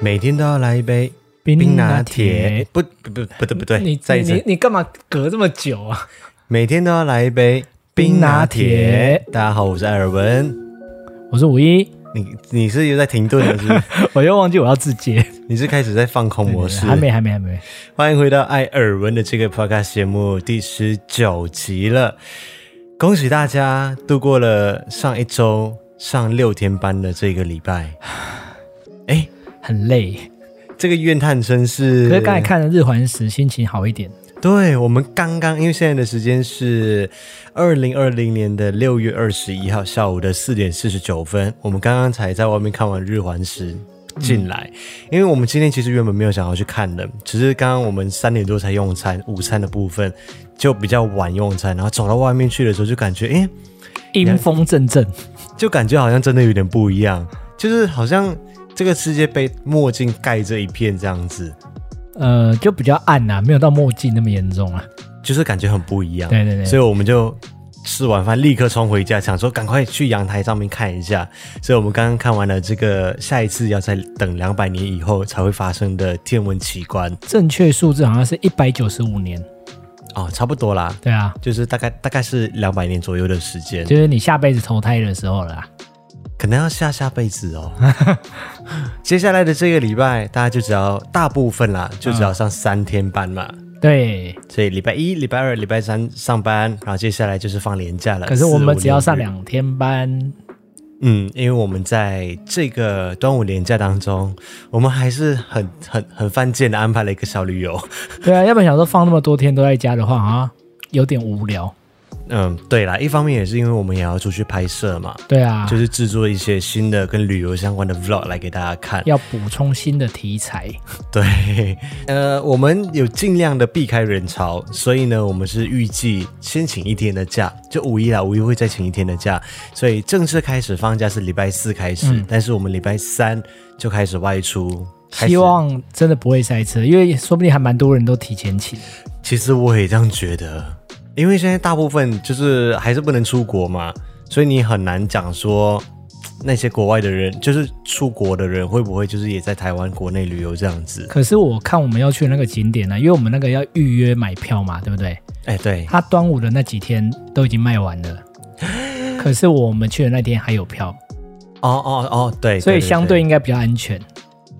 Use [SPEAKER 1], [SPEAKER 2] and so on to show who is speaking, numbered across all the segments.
[SPEAKER 1] 每天都要来一杯冰拿铁，，不不不不对不对，
[SPEAKER 2] 你
[SPEAKER 1] 再一
[SPEAKER 2] 你
[SPEAKER 1] 次
[SPEAKER 2] 你，你干嘛隔这么久啊？
[SPEAKER 1] 每天都要来一杯冰
[SPEAKER 2] 冰
[SPEAKER 1] 拿
[SPEAKER 2] 拿
[SPEAKER 1] 铁
[SPEAKER 2] 铁。
[SPEAKER 1] 大家好，我是艾尔文。
[SPEAKER 2] 我是五一，
[SPEAKER 1] 你你是又在停顿了，是不是？
[SPEAKER 2] 我又忘记我要自接
[SPEAKER 1] 你是开始在放空模式？
[SPEAKER 2] 还没还没还没。
[SPEAKER 1] 欢迎回到艾尔文的这个 podcast 节目第十九集了，恭喜大家度过了上一周上六天班的这个礼 拜。哎，
[SPEAKER 2] 很累，
[SPEAKER 1] 这个怨叹声是？
[SPEAKER 2] 可是刚才看了日环食，心情好一点。
[SPEAKER 1] 对，我们刚刚因为现在的时间是二零二零年的六月二十一号下午的四点四十九分，我们刚刚才在外面看完日环食进来，因为我们今天其实原本没有想要去看的，只是刚刚我们三点多才用餐，午餐的部分就比较晚用餐，然后走到外面去的时候就感觉，诶，
[SPEAKER 2] 阴风阵阵，
[SPEAKER 1] 就感觉好像真的有点不一样，就是好像这个世界被墨镜盖着一片这样子，
[SPEAKER 2] 呃，就比较暗呐、啊，没有到墨镜那么严重啊。
[SPEAKER 1] 就是感觉很不一样。
[SPEAKER 2] 对对对
[SPEAKER 1] 所以我们就吃完饭立刻冲回家，想说赶快去阳台上面看一下。所以我们刚刚看完了这个，下一次要再等两百年以后才会发生的天文奇观
[SPEAKER 2] 正确数字好像是一百九十五年，
[SPEAKER 1] 哦，差不多啦，
[SPEAKER 2] 对啊，
[SPEAKER 1] 就是大概大概是两百年左右的时间，
[SPEAKER 2] 就是你下辈子投胎的时候了、啊。
[SPEAKER 1] 可能要下下辈子 哦。接下来的这个礼拜，大家就只要大部分啦，就
[SPEAKER 2] 嗯
[SPEAKER 1] 只要上三天班嘛。
[SPEAKER 2] 对，
[SPEAKER 1] 所以礼拜一、礼拜二、礼拜三上班，然后接下来就是放年假了。
[SPEAKER 2] 可是我们只要上
[SPEAKER 1] 两。
[SPEAKER 2] 两天班，
[SPEAKER 1] 嗯，因为我们在这个端午连假当中，我们还是很很很犯贱的安排了一个小旅游。
[SPEAKER 2] 对啊，要不然想说放那么多天都在家的话啊，有点无聊。
[SPEAKER 1] 嗯，对啦，一方面也是因为我们也要出去拍摄嘛，
[SPEAKER 2] 对啊，
[SPEAKER 1] 就是制作一些新的跟旅游相关的 vlog 来给大家看。
[SPEAKER 2] 要补充新的题材。
[SPEAKER 1] 对， 呃，我们有尽量的避开人潮，所以呢，我们是预计先请一天的假，就五一啦，五一会再请一天的假，所以正式开始放假是礼拜四开始，
[SPEAKER 2] 嗯
[SPEAKER 1] 但是我们礼拜三就开始外出。开始
[SPEAKER 2] 希望真的不会塞车，因为说不定还蛮多人都提前请。
[SPEAKER 1] 其实我也这样觉得，因为现在大部分就是还是不能出国嘛，所以你很难讲说嘖那些国外的人，就是出国的人会不会就是也在台湾国内旅游这样子？
[SPEAKER 2] 可是我看我们要去的那个景点呢、啊因为我们那个要预约买票嘛，对不对？
[SPEAKER 1] 哎，对，
[SPEAKER 2] 他端午的那几天都已经卖 完了，可是我们去的那天还有票，
[SPEAKER 1] 哦哦哦，对，
[SPEAKER 2] 所以相对
[SPEAKER 1] 对，
[SPEAKER 2] 应该比较安全。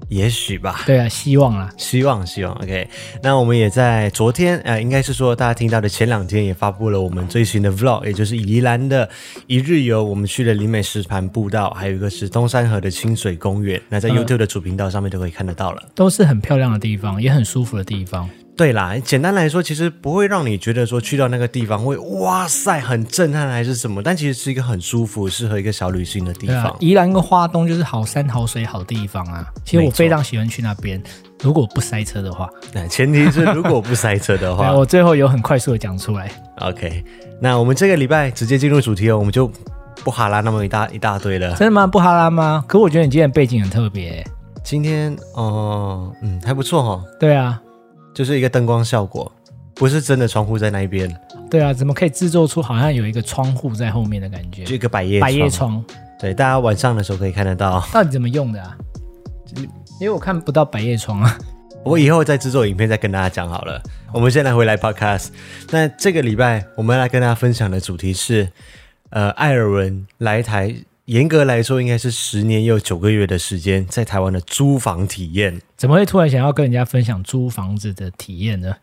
[SPEAKER 1] 也许吧。
[SPEAKER 2] 对啊，希望啦。
[SPEAKER 1] 希望希望，OK。那我们也在昨天，呃，应该是说大家听到的前两天也发布了我们最新的 Vlog，也就是宜兰的一日游，我们去了林美石盘步道，还有一个是东山河的清水公园。那在
[SPEAKER 2] 嗯
[SPEAKER 1] YouTube 的主频道上面都可以看得到了。
[SPEAKER 2] 都是很漂亮的地方，也很舒服的地方。
[SPEAKER 1] 对啦，简单来说，其实不会让你觉得说去到那个地方会哇塞很震撼还是什么，但其实是一个很舒服、适合一个小旅行的地
[SPEAKER 2] 对
[SPEAKER 1] 方。
[SPEAKER 2] 啊，宜兰跟花东就是好山好水好地方啊。其实
[SPEAKER 1] 没
[SPEAKER 2] 我
[SPEAKER 1] 错
[SPEAKER 2] 非常喜欢去那边，如果不塞车的话。
[SPEAKER 1] 那前提是如果不塞车的
[SPEAKER 2] 对啊
[SPEAKER 1] 话
[SPEAKER 2] 我最后有很快速的讲出来。
[SPEAKER 1] ，OK。那我们这个礼拜直接进入主题哦，我们就不哈拉那么一大一大堆了。
[SPEAKER 2] 真的吗？不哈拉吗？可我觉得你今天的背景很特别欸、
[SPEAKER 1] 今天哦、嗯，还不错哦，
[SPEAKER 2] 对啊，
[SPEAKER 1] 就是一个灯光效果，不是真的窗户在那一边，
[SPEAKER 2] 对啊，怎么可以制作出好像有一个窗户在后面的感觉
[SPEAKER 1] 就？一个百叶
[SPEAKER 2] 百叶。窗
[SPEAKER 1] 对，大家晚上的时候可以看得到。
[SPEAKER 2] 到底怎么用的啊？因为我看不到百叶窗啊。
[SPEAKER 1] 我以后再制作影片再跟大家讲好了。我们现在回来 Podcast。那这个礼拜我们要来跟大家分享的主题是，呃，艾尔文来台，严格来说应该是十年又九个月的时间，在台湾的租房体验。
[SPEAKER 2] 怎么会突然想要跟人家分享租房子的体验呢？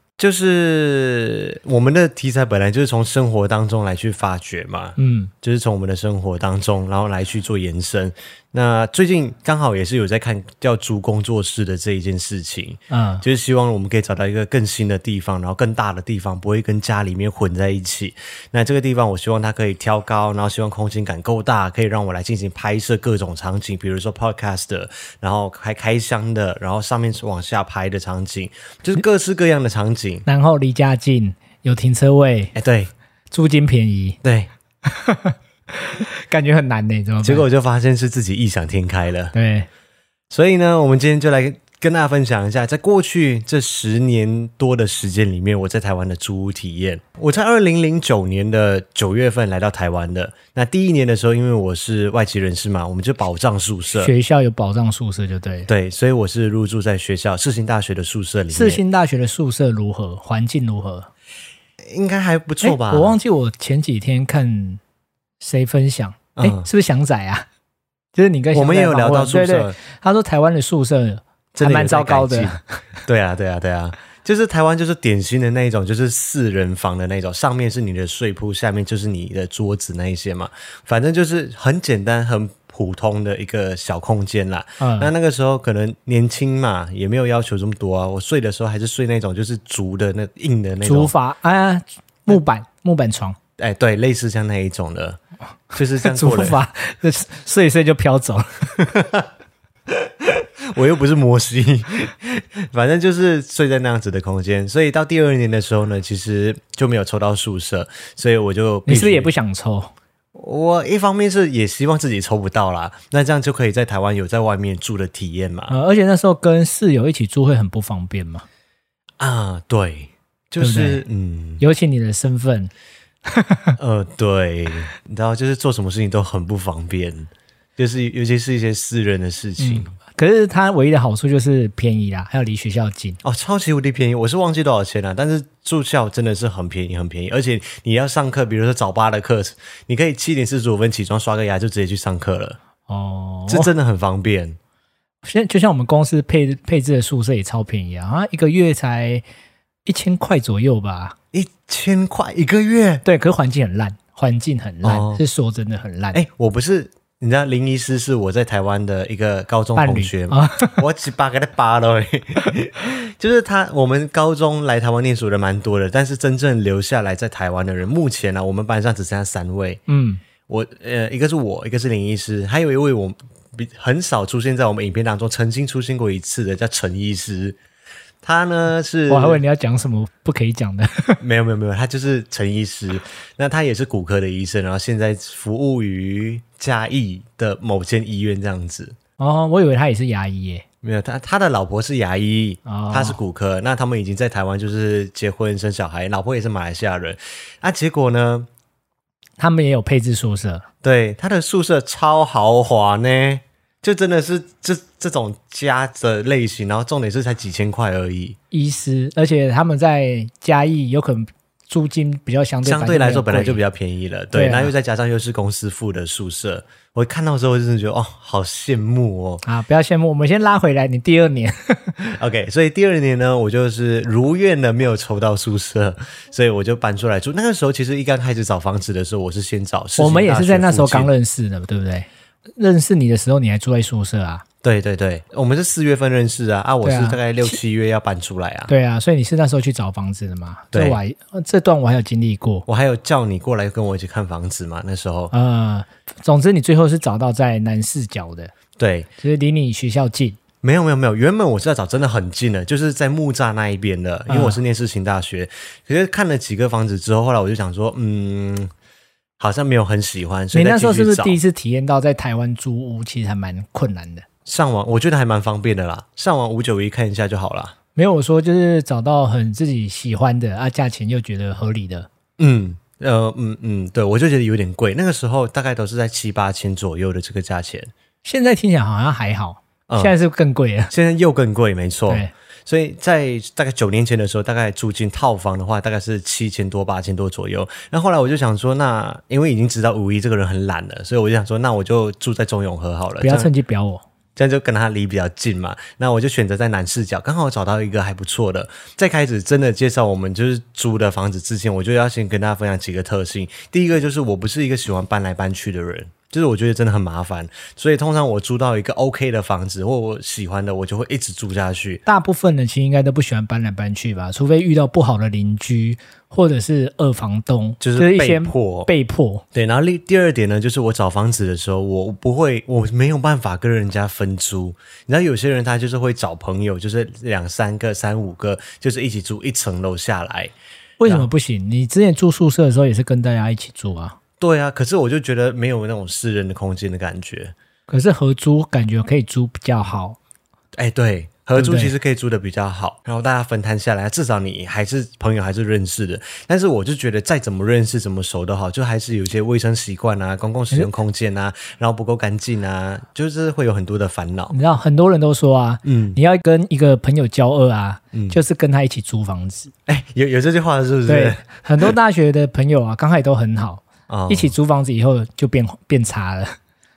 [SPEAKER 1] 就是我们的题材本来就是从生活当中来去发掘嘛，
[SPEAKER 2] 嗯，
[SPEAKER 1] 就是从我们的生活当中，然后来去做延伸。那最近刚好也是有在看叫租工作室的这一件事情，
[SPEAKER 2] 嗯，
[SPEAKER 1] 就是希望我们可以找到一个更新的地方，然后更大的地方，不会跟家里面混在一起。那这个地方，我希望它可以挑高，然后希望空间感够大，可以让我来进行拍摄各种场景，比如说 podcast 的，然后开开箱的，然后上面是往下拍的场景，就是各式各样的场景。
[SPEAKER 2] 然后离家近，有停车位，
[SPEAKER 1] 哎，对
[SPEAKER 2] 租金便宜，
[SPEAKER 1] 对，
[SPEAKER 2] 感觉很难呢、怎么办？
[SPEAKER 1] 结果我就发现是自己异想天开了。
[SPEAKER 2] 对，
[SPEAKER 1] 所以呢，我们今天就来跟大家分享一下，在过去这十年多的时间里面，我在台湾的租屋体验。我在二零零九年的九月份来到台湾的。那第一年的时候，因为我是外籍人士嘛，我们就保障宿舍，
[SPEAKER 2] 学校有保障宿舍就对了。
[SPEAKER 1] 对，所以我是入住在学校世新大学的宿舍里面。
[SPEAKER 2] 世新大学的宿舍如何？环境如何？
[SPEAKER 1] 应该还不错吧？
[SPEAKER 2] 哎诶我忘记我前几天看谁分享，哎、
[SPEAKER 1] 嗯
[SPEAKER 2] 是不是翔仔啊？就是你跟
[SPEAKER 1] 我们也有聊到
[SPEAKER 2] 宿
[SPEAKER 1] 宿舍，
[SPEAKER 2] 舍，对对他说台湾的宿舍
[SPEAKER 1] 真的
[SPEAKER 2] 还蛮糟糕
[SPEAKER 1] 有在
[SPEAKER 2] 的
[SPEAKER 1] 改，进。 对啊，对啊，对啊，就是台湾就是典型的那一种，就是四人房的那种，上面是你的睡铺，下面就是你的桌子那一些嘛，反正就是很简单、很普通的一个小空间啦。那
[SPEAKER 2] 嗯，
[SPEAKER 1] 那个时候可能年轻嘛，也没有要求这么多啊。我睡的时候还是睡那种就是竹的那硬的那
[SPEAKER 2] 竹
[SPEAKER 1] 种，
[SPEAKER 2] 筏啊，木板木板床，
[SPEAKER 1] 哎，对，类似像那一种的，就是这样
[SPEAKER 2] 哦 竹
[SPEAKER 1] 过的。
[SPEAKER 2] 筏睡一睡就 飘走了，
[SPEAKER 1] 我又不是摩西， 反正就是睡在那样子的空间。所以到第二年的时候呢，其实就没有抽到宿舍，所以我就必
[SPEAKER 2] 你
[SPEAKER 1] 须
[SPEAKER 2] 是不是也不想抽？
[SPEAKER 1] 啊我一方面是也希望自己抽不到啦，那这样就可以在台湾有在外面住的体验嘛。
[SPEAKER 2] 呃，而且那时候跟室友一起住会很不方便嘛，
[SPEAKER 1] 嗯啊，对，就是嗯
[SPEAKER 2] 尤其你的身份，
[SPEAKER 1] 呃，对， 你知道，就是做什么事情都很不方便，就是尤其是一些私人的事情。
[SPEAKER 2] 可是它唯一的好处就是便宜啦，还有离学校近。
[SPEAKER 1] 哦，超级无敌便宜！我是忘记多少钱了、但是住校真的是很便宜，很便宜。而且你要上课，比如说早八的课，你可以七点四十五分起床，刷个牙就直接去上课了，
[SPEAKER 2] 哦，
[SPEAKER 1] 这真的很方便。
[SPEAKER 2] 现在就像我们公司配配置的宿舍也超便宜啊，好像一个月才一千块左右吧。
[SPEAKER 1] 一千块一个月，
[SPEAKER 2] 对，可是环境很烂，环境很烂，
[SPEAKER 1] 哦
[SPEAKER 2] 是说真的很烂。
[SPEAKER 1] 哎，我不是，你知道林医师是我在台湾的一个高中
[SPEAKER 2] 伴
[SPEAKER 1] 同
[SPEAKER 2] 侣
[SPEAKER 1] 学嘛，
[SPEAKER 2] 啊，
[SPEAKER 1] 我只把给他扒了、欸， 就是他，我们高中来台湾念书的蛮多的，但是真正留下来在台湾的人，目前啊呢、我们班上只剩下三位。
[SPEAKER 2] 嗯，
[SPEAKER 1] 我呃，一个是我，一个是林医师，还有一位我比很少出现在我们影片当中，曾经出现过一次的叫陈医师。他呢是，
[SPEAKER 2] 我还问你要讲什么不可以讲的，
[SPEAKER 1] 没有没有没有，他就是陈医师。那他也是骨科的医生，然后现在服务于嘉义的某间医院这样子。
[SPEAKER 2] 哦，我以为他也是牙医耶。
[SPEAKER 1] 没有，他他的老婆是牙医，
[SPEAKER 2] 哦
[SPEAKER 1] 他是骨科。那他们已经在台湾就是结婚生小孩，老婆也是马来西亚人。啊，结果呢，
[SPEAKER 2] 他们也有配置宿舍，
[SPEAKER 1] 对，他的宿舍超豪华呢，就真的是这这种家的类型，然后重点是才几千块而已，
[SPEAKER 2] 医师，而且他们在嘉义有可能租金比较相对
[SPEAKER 1] 相对来说本来就比
[SPEAKER 2] 较
[SPEAKER 1] 较便宜了，对，
[SPEAKER 2] 对啊
[SPEAKER 1] 然后又再加上又是公司付的宿舍，我看到之后真的觉得哦，好羡慕 哦。
[SPEAKER 2] 啊，不要羡慕。我们先拉回来，你第二年
[SPEAKER 1] OK，所以第二年呢，我就是如愿的没有抽到宿舍，所以我就搬出来住。那个时候其实一刚开始找房子的时候，我是先找世新
[SPEAKER 2] 我们也是在那时候
[SPEAKER 1] 大学附近
[SPEAKER 2] 刚认识的，对不对？认识你的时候，你还住在宿舍啊？
[SPEAKER 1] 对对对，我们是四月份认识啊，啊，我
[SPEAKER 2] 对
[SPEAKER 1] 是
[SPEAKER 2] 啊
[SPEAKER 1] 大概六七月要搬出来啊。
[SPEAKER 2] 对啊，所以你是那时候去找房子的嘛？
[SPEAKER 1] 对
[SPEAKER 2] 这我还呃这段我还有经历过。
[SPEAKER 1] 我还有叫你过来跟我一起看房子嘛，那时候
[SPEAKER 2] 呃，总之你最后是找到在南四角的，
[SPEAKER 1] 对，
[SPEAKER 2] 就是离你学校近。
[SPEAKER 1] 没有没有没有，原本我是要找真的很近的，就是在木栅那一边的，因为我是念世新大学。可是看了几个房子之后，后来我就想说，嗯，好像没有很喜欢，所
[SPEAKER 2] 你
[SPEAKER 1] 以再
[SPEAKER 2] 那时候
[SPEAKER 1] 继续
[SPEAKER 2] 是不是
[SPEAKER 1] 找
[SPEAKER 2] 第一次体验到在台湾租屋其实还蛮困难的？
[SPEAKER 1] 上网，我觉得还蛮方便的啦，上网五九一看一下就好啦。
[SPEAKER 2] 没有我说就是找到很自己喜欢的啊，价钱又觉得合理的。
[SPEAKER 1] 嗯。呃嗯嗯，对，我就觉得有点贵。那个时候大概都是在七八千左右的这个价钱，
[SPEAKER 2] 现在听起来好像还好，
[SPEAKER 1] 嗯哦
[SPEAKER 2] 现在是更贵了。
[SPEAKER 1] 现在又更贵，没错。
[SPEAKER 2] 对，
[SPEAKER 1] 所以在大概九年前的时候，大概住进套房的话，大概是七千多、八千多左右。那后来我就想说，那因为已经知道五一这个人很懒了，所以我就想说，那我就住在中永和好了，
[SPEAKER 2] 不要
[SPEAKER 1] 这样
[SPEAKER 2] 趁机表我。
[SPEAKER 1] 这样就跟他离比较近嘛。那我就选择在南视角，刚好找到一个还不错的。在开始真的介绍我们就是租的房子之前，我就要先跟大家分享几个特性。第一个就是我不是一个喜欢搬来搬去的人。就是我觉得真的很麻烦，所以通常我租到一个 OK 的房子或我喜欢的，我就会一直住下去。
[SPEAKER 2] 大部分人其实应该都不喜欢搬来搬去吧，除非遇到不好的邻居或者是二房东，
[SPEAKER 1] 就是
[SPEAKER 2] 一些
[SPEAKER 1] 被迫
[SPEAKER 2] 被迫。
[SPEAKER 1] 对，然后另第二点呢，就是我找房子的时候，我不会，我没有办法跟人家分租。你知道有些人他就是会找朋友，就是两三个、三五个，就是一起租一层楼下来。
[SPEAKER 2] 为什么不行？你之前住宿舍的时候也是跟大家一起住啊，
[SPEAKER 1] 对啊，可是我就觉得没有那种私人的空间的感觉。
[SPEAKER 2] 可是合租感觉可以租比较好。
[SPEAKER 1] 哎，对，合租
[SPEAKER 2] 对不对
[SPEAKER 1] 其实可以租的比较好，然后大家分摊下来，至少你还是朋友，还是认识的。但是我就觉得再怎么认识、怎么熟都好，就还是有一些卫生习惯啊、公共使用空间啊，然后不够干净啊，就是会有很多的烦恼。
[SPEAKER 2] 你知道很多人都说啊，
[SPEAKER 1] 嗯，
[SPEAKER 2] 你要跟一个朋友交恶啊，就是跟他一起租房子。
[SPEAKER 1] 哎，有有这句话嗯是不是？
[SPEAKER 2] 对，很多大学的朋友啊，刚开始都很好，
[SPEAKER 1] 哦
[SPEAKER 2] 一起租房子以后就变变差了，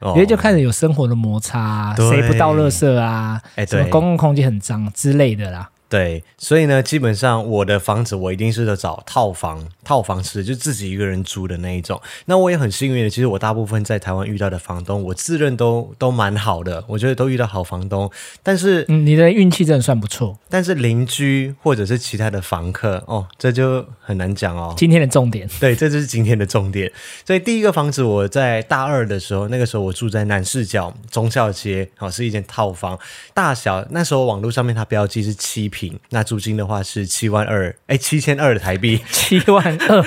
[SPEAKER 1] 哦
[SPEAKER 2] 因为就开始有生活的摩擦、啊，
[SPEAKER 1] 对
[SPEAKER 2] 谁不倒垃圾啊，
[SPEAKER 1] 哎
[SPEAKER 2] 什么
[SPEAKER 1] 对
[SPEAKER 2] 公共空间很脏之类的啦。
[SPEAKER 1] 对，所以呢，基本上我的房子我一定是都找套房，套房式就自己一个人租的那一种。那我也很幸运的，其实我大部分在台湾遇到的房东，我自认都都蛮好的，我觉得都遇到好房东。但是
[SPEAKER 2] 嗯，你的运气真的算不错。
[SPEAKER 1] 但是邻居或者是其他的房客哦，这就很难讲哦。
[SPEAKER 2] 今天的重点，
[SPEAKER 1] 对，这就是今天的重点。所以第一个房子我在大二的时候，那个时候我住在南市角忠孝街，好、是一间套房，大小那时候网络上面它标记是七平，那租金的话是七万二，哎，七千二台币，
[SPEAKER 2] 七万二，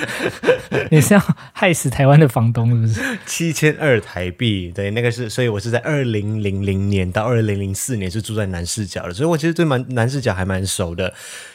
[SPEAKER 2] 你是要害死台湾的房东是不 是？
[SPEAKER 1] 七千二台币。对，那个是，所以我是在二零零零年到二零零四年是住在南市角的，所以我其实对蛮南市角还蛮熟的。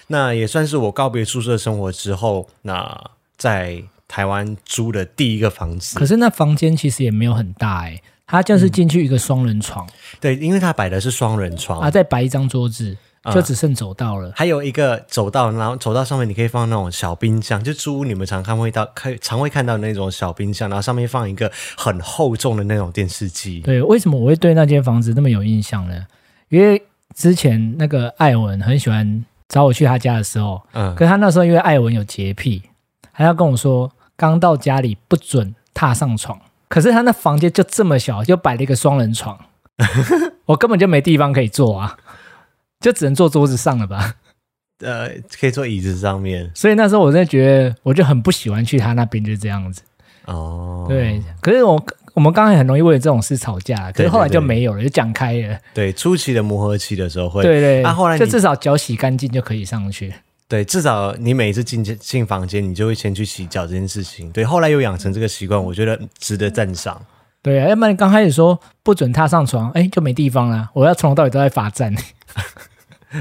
[SPEAKER 1] 那也算是我告别宿舍生活之后，那在台湾租的第一个房子。
[SPEAKER 2] 可是那房间其实也没有很大哎、他就是
[SPEAKER 1] 嗯
[SPEAKER 2] 进去一个双人床、
[SPEAKER 1] 对，因为它摆的是双人床
[SPEAKER 2] 啊，再摆一张桌子，
[SPEAKER 1] 啊
[SPEAKER 2] 就只剩走道了。
[SPEAKER 1] 还有一个走道，然后走道上面你可以放那种小冰箱，就租屋你们常看会到，看常会看到那种小冰箱，然后上面放一个很厚重的那种电视机。
[SPEAKER 2] 对，为什么我会对那间房子那么有印象呢？因为之前那个艾文很喜欢找我去他家的时候，
[SPEAKER 1] 嗯，
[SPEAKER 2] 可是他那时候因为艾文有洁癖，还要跟我说刚到家里不准踏上床。可是他那房间就这么小，就摆了一个双 人床，我根本就没地方可以坐啊，就只能坐桌子上了吧。
[SPEAKER 1] 呃，可以坐椅子上面
[SPEAKER 2] 所以那时候我真的觉得，我就很不喜欢去他那边，就这样子。
[SPEAKER 1] 哦。
[SPEAKER 2] 对，可是我我们刚才很容易为了这种事吵架，可
[SPEAKER 1] 对对
[SPEAKER 2] 是后来就
[SPEAKER 1] 对
[SPEAKER 2] 没有了，就讲开了。
[SPEAKER 1] 对，初期的磨合期的时候会，
[SPEAKER 2] 对对，
[SPEAKER 1] 啊后来
[SPEAKER 2] 就
[SPEAKER 1] 你
[SPEAKER 2] 至少脚洗干净就可以上去。
[SPEAKER 1] 对，至少你每一次进进房间，你就会先去洗脚这件事情。对，后来又养成这个习惯，我觉得值得赞赏。
[SPEAKER 2] 对啊，要不然刚开始说不准踏上床，哎，就没地方了。我要从头到尾都在罚 站。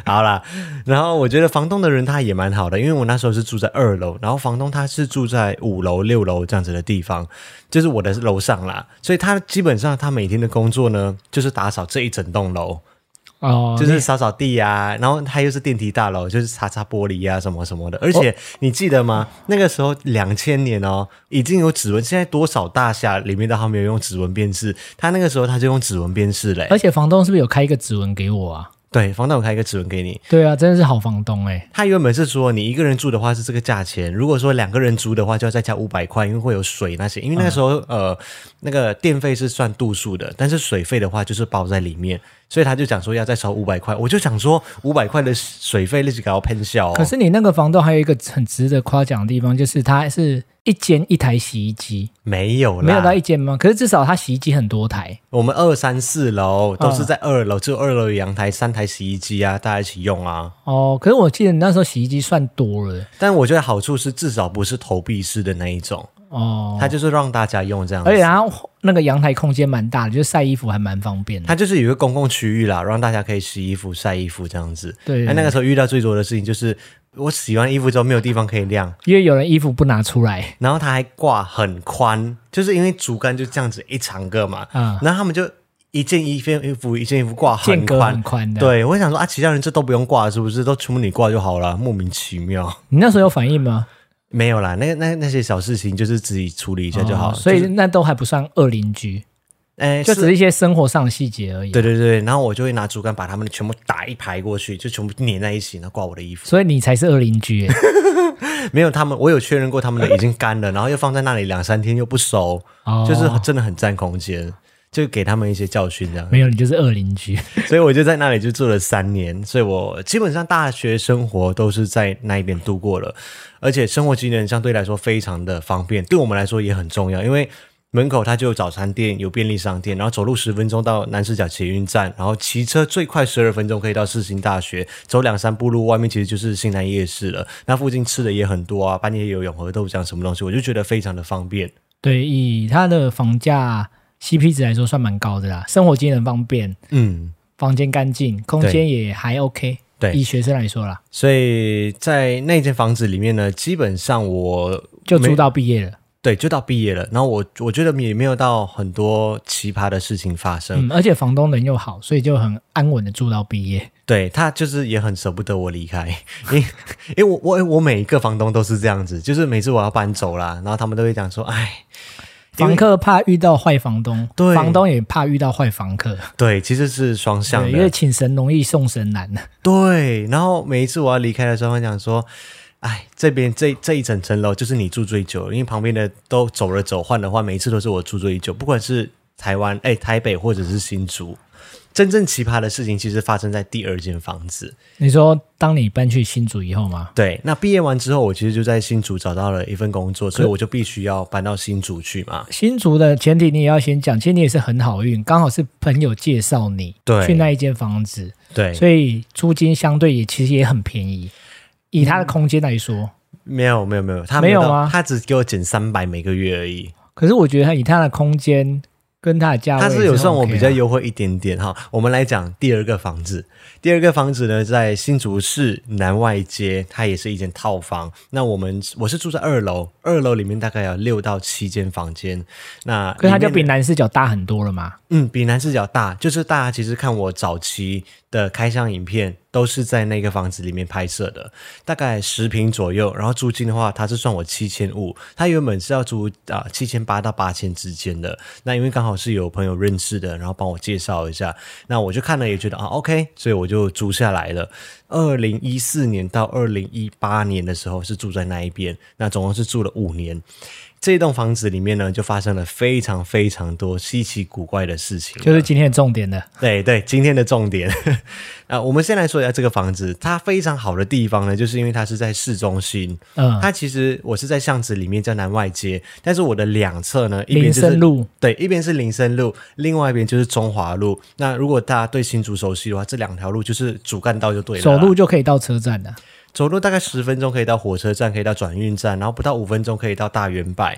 [SPEAKER 1] 好啦，然后我觉得房东的人他也蛮好的，因为我那时候是住在二楼，然后房东他是住在五楼、六楼这样子的地方，就是我的楼上啦，所以他基本上他每天的工作呢，就是打扫这一整栋楼，
[SPEAKER 2] 哦，
[SPEAKER 1] 就是扫扫地啊，然后他又是电梯大楼，就是擦擦玻璃啊什么什么的。而且你记得吗？那个时候两千年哦，已经有指纹，现在多少大厦里面都还没有用指纹辨识，他那个时候他就用指纹辨识嘞、
[SPEAKER 2] 而且房东是不是有开一个指纹给我啊？
[SPEAKER 1] 对，房东有开一个指纹给你。
[SPEAKER 2] 对啊，真的是好房东哎、
[SPEAKER 1] 他原本是说你一个人住的话是这个价钱，如果说两个人租的话就要再加五百块，因为会有水那些。因为那个时候、
[SPEAKER 2] 嗯
[SPEAKER 1] 呃，那个电费是算度数的，但是水费的话就是包在里面，所以他就讲说要再收五百块。我就想说五百块的水费那是搞要喷笑哦。
[SPEAKER 2] 可是你那个房东还有一个很值得夸奖的地方，就是他是一间一台洗衣机，
[SPEAKER 1] 没有啦，
[SPEAKER 2] 没有到一间吗？可是至少他洗衣机很多台。
[SPEAKER 1] 我们二三四楼都是在二
[SPEAKER 2] 嗯
[SPEAKER 1] 楼，只有二楼有阳台，三台洗衣机啊，大家一起用啊。
[SPEAKER 2] 哦，可是我记得你那时候洗衣机算多了
[SPEAKER 1] 但我觉得好处是至少不是投币式的那一种，
[SPEAKER 2] 哦，
[SPEAKER 1] 它就是让大家用这样子。
[SPEAKER 2] 而且他那个阳台空间蛮大的，就是晒衣服还蛮方便的。
[SPEAKER 1] 它就是有一个公共区域啦，让大家可以洗衣服、晒衣服这样子。
[SPEAKER 2] 对
[SPEAKER 1] 那那个时候遇到最多的事情就是，我洗完衣服之后没有地方可以晾，
[SPEAKER 2] 因为有人衣服不拿出来，
[SPEAKER 1] 然后它还挂很宽，就是因为竹竿就这样子一长个嘛，
[SPEAKER 2] 嗯
[SPEAKER 1] 然后他们就一件衣件衣服一件衣服挂
[SPEAKER 2] 间
[SPEAKER 1] 很
[SPEAKER 2] 隔
[SPEAKER 1] 宽
[SPEAKER 2] 很。宽的。，
[SPEAKER 1] 对，我想说啊，其他人这都不用挂，是不是？都全部你挂就好了，莫名其妙。
[SPEAKER 2] 你那时候有反应吗？
[SPEAKER 1] 没有啦，那那那些小事情就是自己处理一下就好
[SPEAKER 2] 哦
[SPEAKER 1] 了。
[SPEAKER 2] 所以
[SPEAKER 1] 就是，
[SPEAKER 2] 那都还不算恶邻居，
[SPEAKER 1] 哎，
[SPEAKER 2] 就是只是一些生活上的细节而已。
[SPEAKER 1] 对对对，然后我就会拿竹竿把他们全部打一排过去，就全部粘在一起，然后挂我的衣服。
[SPEAKER 2] 所以你才是恶邻居 耶
[SPEAKER 1] 没有，他们我有确认过，他们的已经干了，然后又放在那里两三天又不熟，
[SPEAKER 2] 哦，
[SPEAKER 1] 就是真的很占空间，就给他们一些教训这样。
[SPEAKER 2] 没有，你就是恶邻居。
[SPEAKER 1] 所以我就在那里就住了三年，所以我基本上大学生活都是在那一边度过了，而且生活机能相对来说非常的方便，对我们来说也很重要，因为。门口它就有早餐店，有便利商店，然后走路十分钟到南市角捷运站，然后骑车最快十二分钟可以到世新大学，走两三步路，外面其实就是新南夜市了。那附近吃的也很多啊，半夜也有永和豆浆什么东西，我就觉得非常的方便。
[SPEAKER 2] 对，以它的房价 CP 值来说算蛮高的啦，生活机能方便，
[SPEAKER 1] 嗯，
[SPEAKER 2] 房间干净，空间也还 OK。
[SPEAKER 1] 对
[SPEAKER 2] 以学生来说啦，
[SPEAKER 1] 所以在那间房子里面呢，基本上我
[SPEAKER 2] 就
[SPEAKER 1] 没
[SPEAKER 2] 租到毕业了。
[SPEAKER 1] 对就到毕业了。然后我我觉得也没有到很多奇葩的事情发生。
[SPEAKER 2] 嗯，而且房东人又好，所以就很安稳的住到毕业。
[SPEAKER 1] 对他就是也很舍不得我离开， 因因为我我我每一个房东都是这样子，就是每次我要搬走啦，然后他们都会讲说，哎，因为
[SPEAKER 2] 房客怕遇到坏房东，
[SPEAKER 1] 对
[SPEAKER 2] 房东也怕遇到坏房客，
[SPEAKER 1] 对，其实是双向
[SPEAKER 2] 对，
[SPEAKER 1] 的，
[SPEAKER 2] 因为请神容易送神难。
[SPEAKER 1] 对，然后每一次我要离开的时候，他讲说：“哎，这边这这一整层楼就是你住最久，因为旁边的都走了走，换了换，每一次都是我住最久，不管是台湾哎台北或者是新竹。”真正奇葩的事情其实发生在第二间房子。
[SPEAKER 2] 你说，当你搬去新竹以后吗？
[SPEAKER 1] 对，那毕业完之后，我其实就在新竹找到了一份工作，所以我就必须要搬到新竹去嘛。
[SPEAKER 2] 新竹的前提你也要先讲，其实你也是很好运，刚好是朋友介绍你
[SPEAKER 1] 对
[SPEAKER 2] 去那一间房子，
[SPEAKER 1] 对，
[SPEAKER 2] 所以租金相对也其实也很便宜。以它的空间来说，
[SPEAKER 1] 没有没有没有，他
[SPEAKER 2] 没有
[SPEAKER 1] 到
[SPEAKER 2] 吗
[SPEAKER 1] 他只给我减三百每个月而已。
[SPEAKER 2] 可是我觉得它以它的空间跟它的价位、
[SPEAKER 1] 它是有算我比较
[SPEAKER 2] OK 啊
[SPEAKER 1] 优惠一点点哈。我们来讲第二个房子，第二个房子呢在新竹市南外街，它也是一间套房。那我们我是住在二楼，二楼里面大概有六到七间房间。那
[SPEAKER 2] 可是它就
[SPEAKER 1] 里面
[SPEAKER 2] 比男视角大很多了嘛。
[SPEAKER 1] 嗯比男视角大，就是大家其实看我早期的开箱影片都是在那个房子里面拍摄的，大概十平左右。然后租金的话，它是算我七千五，它原本是要租啊七千八到八千之间的。那因为刚好是有朋友认识的，然后帮我介绍一下，那我就看了也觉得啊 OK，所以我就租下来了。二零一四年到二零一八年的时候是住在那一边，那总共是住了五年。这栋房子里面呢，就发生了非常非常多稀奇古怪的事情，
[SPEAKER 2] 就是今天的重点了。
[SPEAKER 1] 对对，今天的重点 啊，我们先来说一下这个房子，它非常好的地方呢，就是因为它是在市中心。
[SPEAKER 2] 嗯，
[SPEAKER 1] 它其实我是在巷子里面叫南外街，但是我的两侧呢，一边
[SPEAKER 2] 林
[SPEAKER 1] 就是
[SPEAKER 2] 森路
[SPEAKER 1] 对，一边是林森路，另外一边就是中华路。那如果大家对新竹熟悉的话，这两条路就是主干道就对了啊啦。
[SPEAKER 2] 走路就可以到车站了。
[SPEAKER 1] 走路大概十分钟可以到火车站，可以到转运站，然后不到五分钟可以到大圆柏，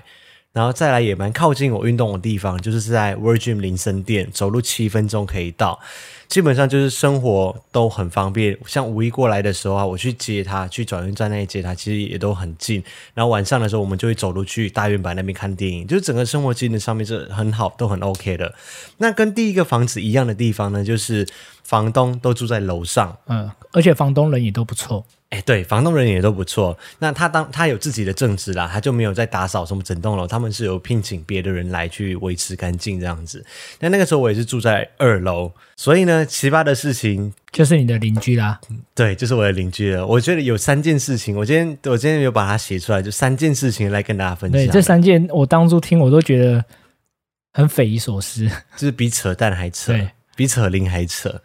[SPEAKER 1] 然后再来也蛮靠近我运动的地方，就是在 Virgin 林森店，走路七分钟可以到。基本上就是生活都很方便，像五一过来的时候啊，我去接他，去转运站那里接他，其实也都很近。然后晚上的时候，我们就会走路去大圆柏那边看电影，就是整个生活机能上面是很好，都很 OK 的。那跟第一个房子一样的地方呢，就是房东都住在楼上，
[SPEAKER 2] 嗯，而且房东人也都不错。
[SPEAKER 1] 哎，对，房东人也都不错。那他当他有自己的正职啦，他就没有在打扫什么整栋楼，他们是有聘请别的人来去维持干净这样子。那那个时候我也是住在二楼，所以呢，奇葩的事情，
[SPEAKER 2] 就是你的邻居啦，
[SPEAKER 1] 对，就是啊我的邻居了。我觉得有三件事情，我今天我今天有把它写出来，就三件事情来跟大家分
[SPEAKER 2] 对，
[SPEAKER 1] 享，
[SPEAKER 2] 这三件我当初听我都觉得很匪夷所思。
[SPEAKER 1] 就是比扯淡还扯
[SPEAKER 2] 对，
[SPEAKER 1] 比扯铃还扯。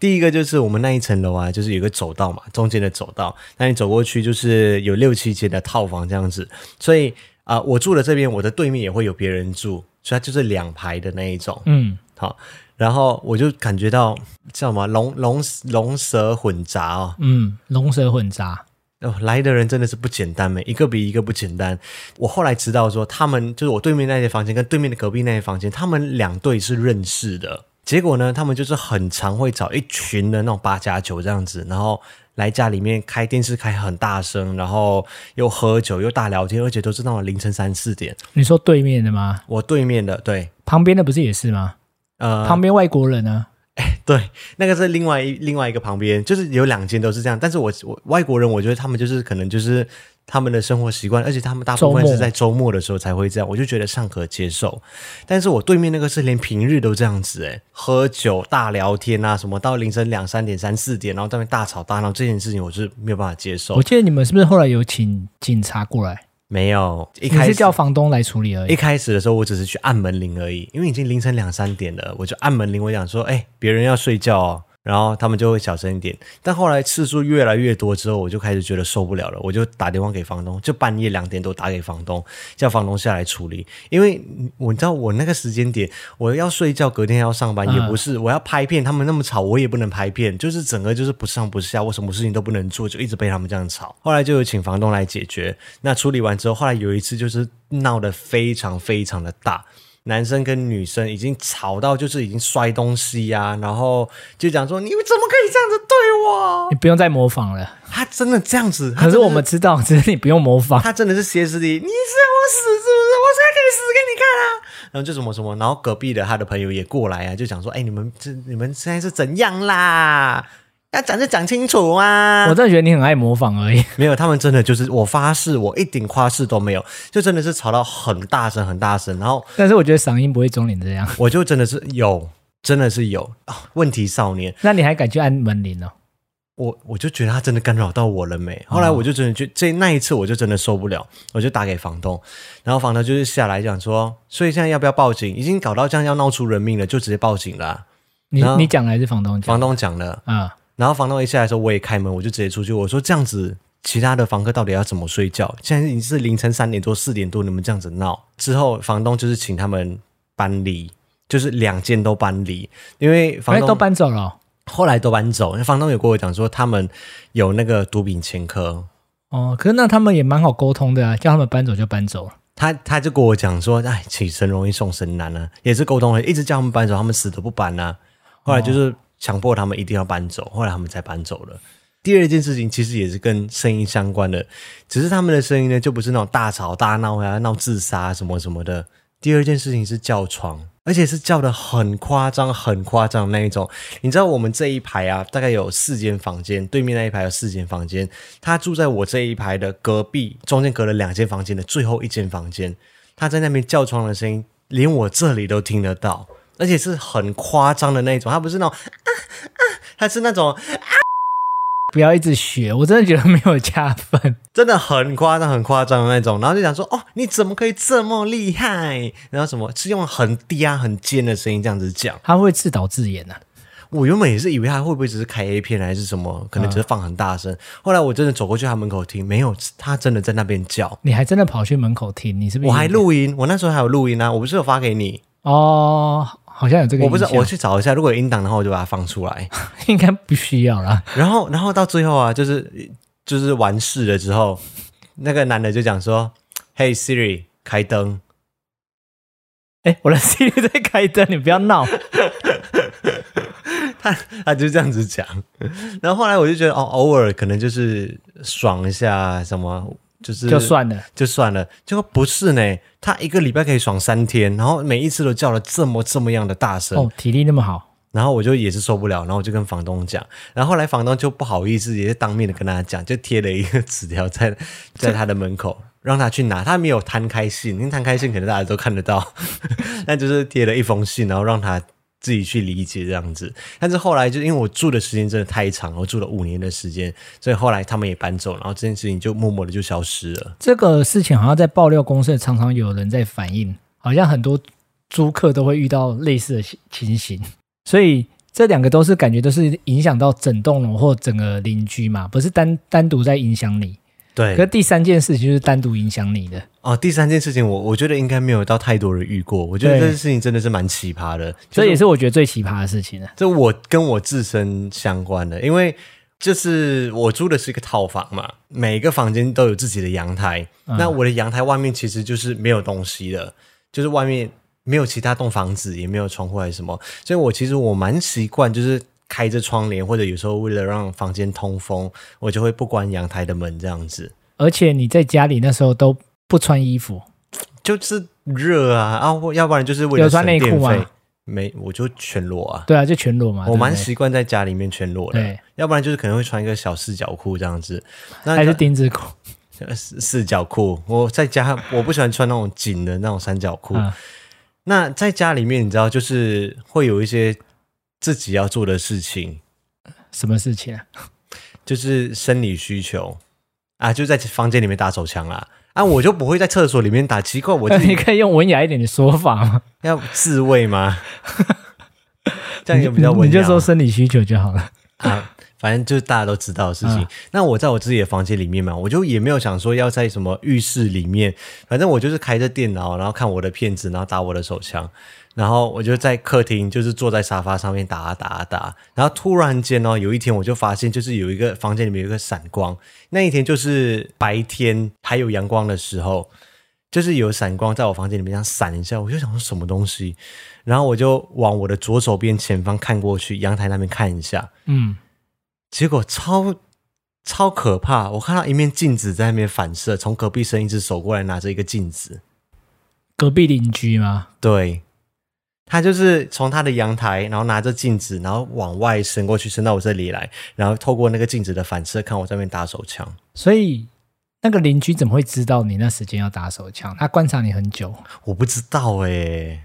[SPEAKER 1] 第一个就是我们那一层楼啊，就是有个走道嘛，中间的走道，那你走过去就是有六七间的套房这样子，所以啊、我住的这边，我的对面也会有别人住，所以它就是两排的那一种。
[SPEAKER 2] 嗯，
[SPEAKER 1] 好，然后我就感觉到叫什么龙龙龙蛇混杂哦，
[SPEAKER 2] 嗯，龙蛇混杂，
[SPEAKER 1] 哦，来的人真的是不简单欸每一个比一个不简单。我后来知道说，他们就是我对面那些房间跟对面的隔壁那些房间，他们两队是认识的。结果呢，他们就是很常会找一群的那种八加九这样子，然后来家里面开电视开很大声，然后又喝酒又大聊天，而且都是那种凌晨三四点。
[SPEAKER 2] 你说对面的吗？
[SPEAKER 1] 我对面的对，
[SPEAKER 2] 旁边的不是也是吗？
[SPEAKER 1] 呃，
[SPEAKER 2] 旁边外国人啊呢、
[SPEAKER 1] 对，那个是另外一另外一个旁边，就是有两间都是这样。但是我我外国人，我觉得他们就是可能就是他们的生活习惯，而且他们大部分
[SPEAKER 2] 周末
[SPEAKER 1] 是在周末的时候才会这样，我就觉得尚可接受。但是我对面那个是连平日都这样子、欸，喝酒大聊天啊，什么到凌晨两三点、三四点，然后在那边大吵大闹，这件事情我是没有办法接受
[SPEAKER 2] 我。记得你们是不是后来有请警察过来？
[SPEAKER 1] 没有，一
[SPEAKER 2] 你
[SPEAKER 1] 开
[SPEAKER 2] 是
[SPEAKER 1] 始
[SPEAKER 2] 叫房东来处理而
[SPEAKER 1] 一
[SPEAKER 2] 已。
[SPEAKER 1] 开始的时候，我只是去按门铃而已，因为已经凌晨两三点了，我就按门铃，我想说，哎、别人要睡觉哦，然后他们就会小声一点。但后来次数越来越多之后，我就开始觉得受不了了，我就打电话给房东，就半夜两点多打给房东，叫房东下来处理。因为嗯我知道我那个时间点，我要睡觉，隔天要上班，也不是我要拍片，他们那么吵，我也不能拍片，就是整个就是不上不下，我什么事情都不能做，就一直被他们这样吵。后来就有请房东来解决。那处理完之后，后来有一次就是闹得非常非常的大。男生跟女生已经吵到就是已经摔东西呀、然后就讲说你们怎么可以这样子对我？
[SPEAKER 2] 你不用再模仿了。
[SPEAKER 1] 他真的这样子，他
[SPEAKER 2] 可是
[SPEAKER 1] 真的
[SPEAKER 2] 我们知道，只是你不用模仿。
[SPEAKER 1] 他真的是歇斯底，里，你是要我死是不是？我才可以死给你看啊！然后就什么什么，然后隔壁的他的朋友也过来啊，就讲说，哎、你们这你们现在是怎样啦？要讲就讲清楚啊！
[SPEAKER 2] 我真的觉得你很爱模仿而已。
[SPEAKER 1] 没有，他们真的就是我发誓，我一点夸饰都没有，就真的是吵到很大声很大声，然后
[SPEAKER 2] 但是我觉得嗓音不会中你这样。
[SPEAKER 1] 我就真的是有，真的是有啊！问题少年，
[SPEAKER 2] 那你还敢去按门铃哦？
[SPEAKER 1] 我我就觉得他真的干扰到我了没？后来我就真
[SPEAKER 2] 嗯
[SPEAKER 1] 的就这那一次我就真的受不了，我就打给房东，然后房东就是下来讲说，所以现在要不要报警？已经搞到这样要闹出人命了，就直接报警啦、
[SPEAKER 2] 你
[SPEAKER 1] 啊
[SPEAKER 2] 你讲的还是房东讲？
[SPEAKER 1] 房东讲了，
[SPEAKER 2] 啊，
[SPEAKER 1] 然后房东一下来的时候，我也开门，我就直接出去，我说这样子。其他的房客到底要怎么睡觉？现在已经是凌晨三点多、四点多，你们这样子闹之后，房东就是请他们搬离，就是两间都搬离，因为
[SPEAKER 2] 反
[SPEAKER 1] 房
[SPEAKER 2] 哎正都
[SPEAKER 1] 东
[SPEAKER 2] 搬走了哦
[SPEAKER 1] 后来都搬走。那房东有跟我讲说，他们有那个毒品前科，
[SPEAKER 2] 哦。哦可是那他们也蛮好沟通的啊，叫他们搬走就搬走了。
[SPEAKER 1] 他他就跟我讲说，哎，起身容易送神难啊，也是沟通了，一直叫他们搬走，他们死都不搬啊。后来就是强迫他们一定要搬走，后来他们才搬走了。第二件事情其实也是跟声音相关的，只是他们的声音呢，就不是那种大吵大闹啊、闹自杀什么什么的。第二件事情是叫床，而且是叫的很夸张、很夸张的那一种。你知道我们这一排啊，大概有四间房间，对面那一排有四间房间，他住在我这一排的隔壁，中间隔了两间房间的最后一间房间，他在那边叫床的声音，连我这里都听得到，而且是很夸张的那一种，他不是那种啊啊，他是那种
[SPEAKER 2] 不要一直学，我真的觉得没有加分。
[SPEAKER 1] 真的很夸张、很夸张的那种，然后就想说，哦，你怎么可以这么厉害？然后什么是用很低啊、很尖的声音这样子讲。
[SPEAKER 2] 他会自导自演啊。
[SPEAKER 1] 我原本也是以为他会不会只是开 A 片还是什么，可能只是放很大声。后来我真的走过去他门口听，没有，他真的在那边叫。
[SPEAKER 2] 你还真的跑去门口听，你是不是？
[SPEAKER 1] 我还录音，我那时候还有录音啊，我不是有发给你，
[SPEAKER 2] 哦，好像有这个
[SPEAKER 1] 我
[SPEAKER 2] 印象。
[SPEAKER 1] 不是我去找一下，如果有音档的话，我就把它放出来。
[SPEAKER 2] 应该不需要啦。
[SPEAKER 1] 然后，然后到最后啊，就是就是完事了之后，那个男的就讲说：“Hey Siri，开灯。”
[SPEAKER 2] 哎，我的 Siri 在开灯，你不要闹。
[SPEAKER 1] 他他就这样子讲，然后后来我就觉得哦，偶尔可能就是爽一下什么，就是
[SPEAKER 2] 就算了。
[SPEAKER 1] 就算了，结果不是呢，他一个礼拜可以爽三天，然后每一次都叫了这么这么样的大声，
[SPEAKER 2] 哦，体力那么好，
[SPEAKER 1] 然后我就也是受不了，然后我就跟房东讲，然后后来房东就不好意思，也是当面的跟他讲，就贴了一个纸条在在他的门口，让他去拿，他没有摊开信，因为摊开信可能大家都看得到， 那就是贴了一封信，然后让他自己去理解这样子。但是后来就因为我住的时间真的太长了，我住了五年的时间，所以后来他们也搬走，然后这件事情就默默的就消失了。
[SPEAKER 2] 这个事情好像在爆料公社常常有人在反映，好像很多租客都会遇到类似的情情形，所以这两个都是感觉都是影响到整栋楼或整个邻居嘛，不是单单独在影响你。
[SPEAKER 1] 对，
[SPEAKER 2] 可第三件事情就是单独影响你的，
[SPEAKER 1] 哦，第三件事情我我觉得应该没有到太多人遇过，我觉得
[SPEAKER 2] 对
[SPEAKER 1] 这件事情真的是蛮奇葩的，
[SPEAKER 2] 这也
[SPEAKER 1] 是。
[SPEAKER 2] 是我觉得最奇葩的事情了。
[SPEAKER 1] 这我跟我自身相关的，因为就是我租的是一个套房嘛，每个房间都有自己的阳台。
[SPEAKER 2] 嗯
[SPEAKER 1] 那我的阳台外面其实就是没有东西的，就是外面没有其他栋房子，也没有窗户还是什么，所以我其实我蛮习惯就是。开着窗帘，或者有时候为了让房间通风，我就会不关阳台的门，这样子
[SPEAKER 2] 而且你在家里那时候都不穿衣服，
[SPEAKER 1] 就是热啊啊，或要不然就是为了
[SPEAKER 2] 有穿
[SPEAKER 1] 省
[SPEAKER 2] 内
[SPEAKER 1] 电
[SPEAKER 2] 裤吗
[SPEAKER 1] 费，没我就全裸啊，
[SPEAKER 2] 对啊，就全裸嘛。
[SPEAKER 1] 我蛮
[SPEAKER 2] 对
[SPEAKER 1] 习惯在家里面全裸的
[SPEAKER 2] 对，
[SPEAKER 1] 要不然就是可能会穿一个小四角裤这样子。
[SPEAKER 2] 不对
[SPEAKER 1] 那
[SPEAKER 2] 还是丁字裤，
[SPEAKER 1] 呃四四角裤，我在家 我不喜欢穿那种紧的那种三角裤。
[SPEAKER 2] 嗯
[SPEAKER 1] 那在家里面，你知道，就是会有一些自己要做的事情，
[SPEAKER 2] 什么事情啊？
[SPEAKER 1] 就是生理需求啊，就在房间里面打手枪啦。啊，我就不会在厕所里面打，奇怪，我 自
[SPEAKER 2] 你
[SPEAKER 1] 己
[SPEAKER 2] 可以用文雅一点的说法吗？
[SPEAKER 1] 要自慰 吗？这样也比较文
[SPEAKER 2] 你
[SPEAKER 1] 雅
[SPEAKER 2] 就
[SPEAKER 1] 吗。
[SPEAKER 2] 说生理需求就好了。
[SPEAKER 1] 啊，反正就是大家都知道的事情。
[SPEAKER 2] 嗯
[SPEAKER 1] 那我在我自己的房间里面嘛，我就也没有想说要在什么浴室里面，反正我就是开着电脑，然后看我的片子，然后打我的手枪，然后我就在客厅，就是坐在沙发上面打啊打啊打啊。然后突然间哦，有一天我就发现，就是有一个房间里面有一个闪光，那一天就是白天还有阳光的时候。就是有闪光在我房间里面这样闪一下，我就想说什么东西，然后我就往我的左手边前方看过去，阳台那边看一下，
[SPEAKER 2] 嗯，
[SPEAKER 1] 结果超超可怕，我看到一面镜子在那边反射，从隔壁伸一只手过来拿着一个镜子，
[SPEAKER 2] 隔壁邻居吗？
[SPEAKER 1] 对，他就是从他的阳台，然后拿着镜子，然后往外伸过去，伸到我这里来，然后透过那个镜子的反射看我在那边打手枪。
[SPEAKER 2] 所以那个邻居怎么会知道你那时间要打手枪？他观察你很久，
[SPEAKER 1] 我不知道哎、
[SPEAKER 2] 因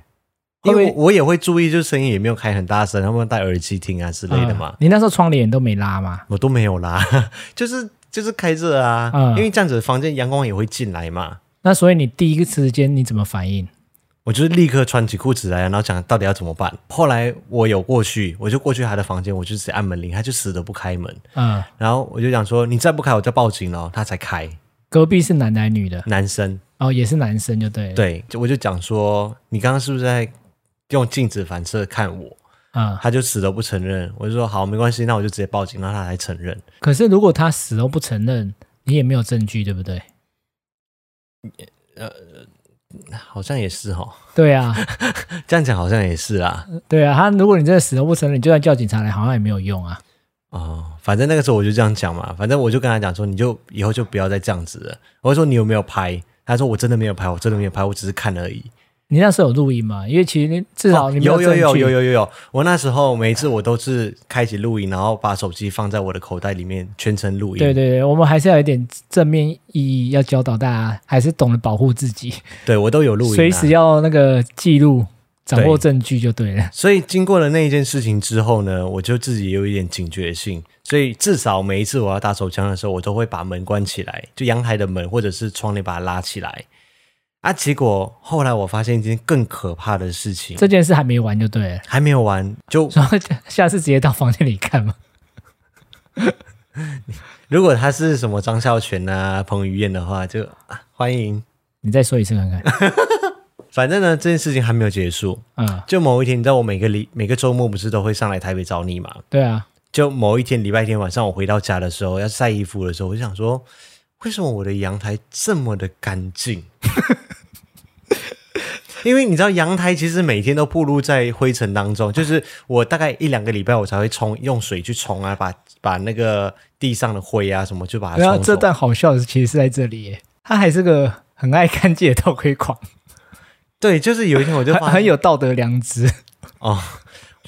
[SPEAKER 1] 因
[SPEAKER 2] 为
[SPEAKER 1] 为我也会注意，就是声音也没有开很大声，他们戴耳机听啊之类的嘛，
[SPEAKER 2] 嗯你那时候窗帘都没拉吗？
[SPEAKER 1] 我都没有啦， 就是就是开着啊，
[SPEAKER 2] 嗯
[SPEAKER 1] 因为这样子房间阳光也会进来嘛。
[SPEAKER 2] 那所以你第一个时间你怎么反应？
[SPEAKER 1] 我就是立刻穿起裤子来，然后想到底要怎么办。后来我有过去，我就过去他的房间，我就直接按门铃，他就死都不开门。
[SPEAKER 2] 嗯，
[SPEAKER 1] 然后我就想说，你再不开，我就报警了。他才开，
[SPEAKER 2] 隔壁是男的还是女的？
[SPEAKER 1] 男生。
[SPEAKER 2] 哦，也是男生就对了。，
[SPEAKER 1] 对，就我就讲说，你刚刚是不是在用镜子反射看我？
[SPEAKER 2] 嗯，
[SPEAKER 1] 他就死都不承认。我就说好，没关系，那我就直接报警，然后他才承认。
[SPEAKER 2] 可是如果他死都不承认，你也没有证据，对不对？
[SPEAKER 1] 好像也是哦，
[SPEAKER 2] 对啊，
[SPEAKER 1] 这样讲好像也是啦。
[SPEAKER 2] 对啊，他如果你真的死都不承认，你就算叫警察来，好像也没有用啊。
[SPEAKER 1] 哦，反正那个时候我就这样讲嘛，反正我就跟他讲说，你就以后就不要再这样子了。我就说你有没有拍？他说我真的没有拍，我真的没有拍，我只是看而已。
[SPEAKER 2] 你那时候有录音吗？因为其实你至少你没
[SPEAKER 1] 有
[SPEAKER 2] 证
[SPEAKER 1] 有
[SPEAKER 2] 据。
[SPEAKER 1] 哦有有有有有，我那时候每一次我都是开启录音，然后把手机放在我的口袋里面，全程录音。
[SPEAKER 2] 对对对，我们还是要有一点正面意义，要教导大家，还是懂得保护自己，
[SPEAKER 1] 对我都有录音、啊，
[SPEAKER 2] 随时要那个记录，掌握
[SPEAKER 1] 对
[SPEAKER 2] 证据就对了。
[SPEAKER 1] 所以经过了那一件事情之后呢，我就自己有一点警觉性，所以至少每一次我要打手枪的时候，我都会把门关起来，就阳台的门或者是窗帘把它拉起来。啊，结果后来我发现一件更可怕的事情，
[SPEAKER 2] 这件事还没完就对了，
[SPEAKER 1] 还没有完，就
[SPEAKER 2] 所以下次直接到房间里看嘛。
[SPEAKER 1] 如果他是什么张孝全啊、彭于晏的话，就、啊欢迎。
[SPEAKER 2] 你再说一次看看。
[SPEAKER 1] 反正呢，这件事情还没有结束。
[SPEAKER 2] 嗯，
[SPEAKER 1] 就某一天，你知道我每个礼每个周末不是都会上来台北找你嘛？
[SPEAKER 2] 对啊，
[SPEAKER 1] 就某一天礼拜天晚上，我回到家的时候要晒衣服的时候，我就想说，为什么我的阳台这么的干净？ 因为你知道，阳台其实每天都暴露在灰尘当中，就是我大概一两个礼拜我才会冲用水去冲啊，把把那个地上的灰啊什么就把它
[SPEAKER 2] 然后
[SPEAKER 1] 冲走。
[SPEAKER 2] 这段好笑的其实是在这里耶，他还是个很爱看界的偷窥狂，
[SPEAKER 1] 对，就是有一天我就
[SPEAKER 2] 很
[SPEAKER 1] 发
[SPEAKER 2] 很
[SPEAKER 1] 现
[SPEAKER 2] 有道德良知。
[SPEAKER 1] 哦，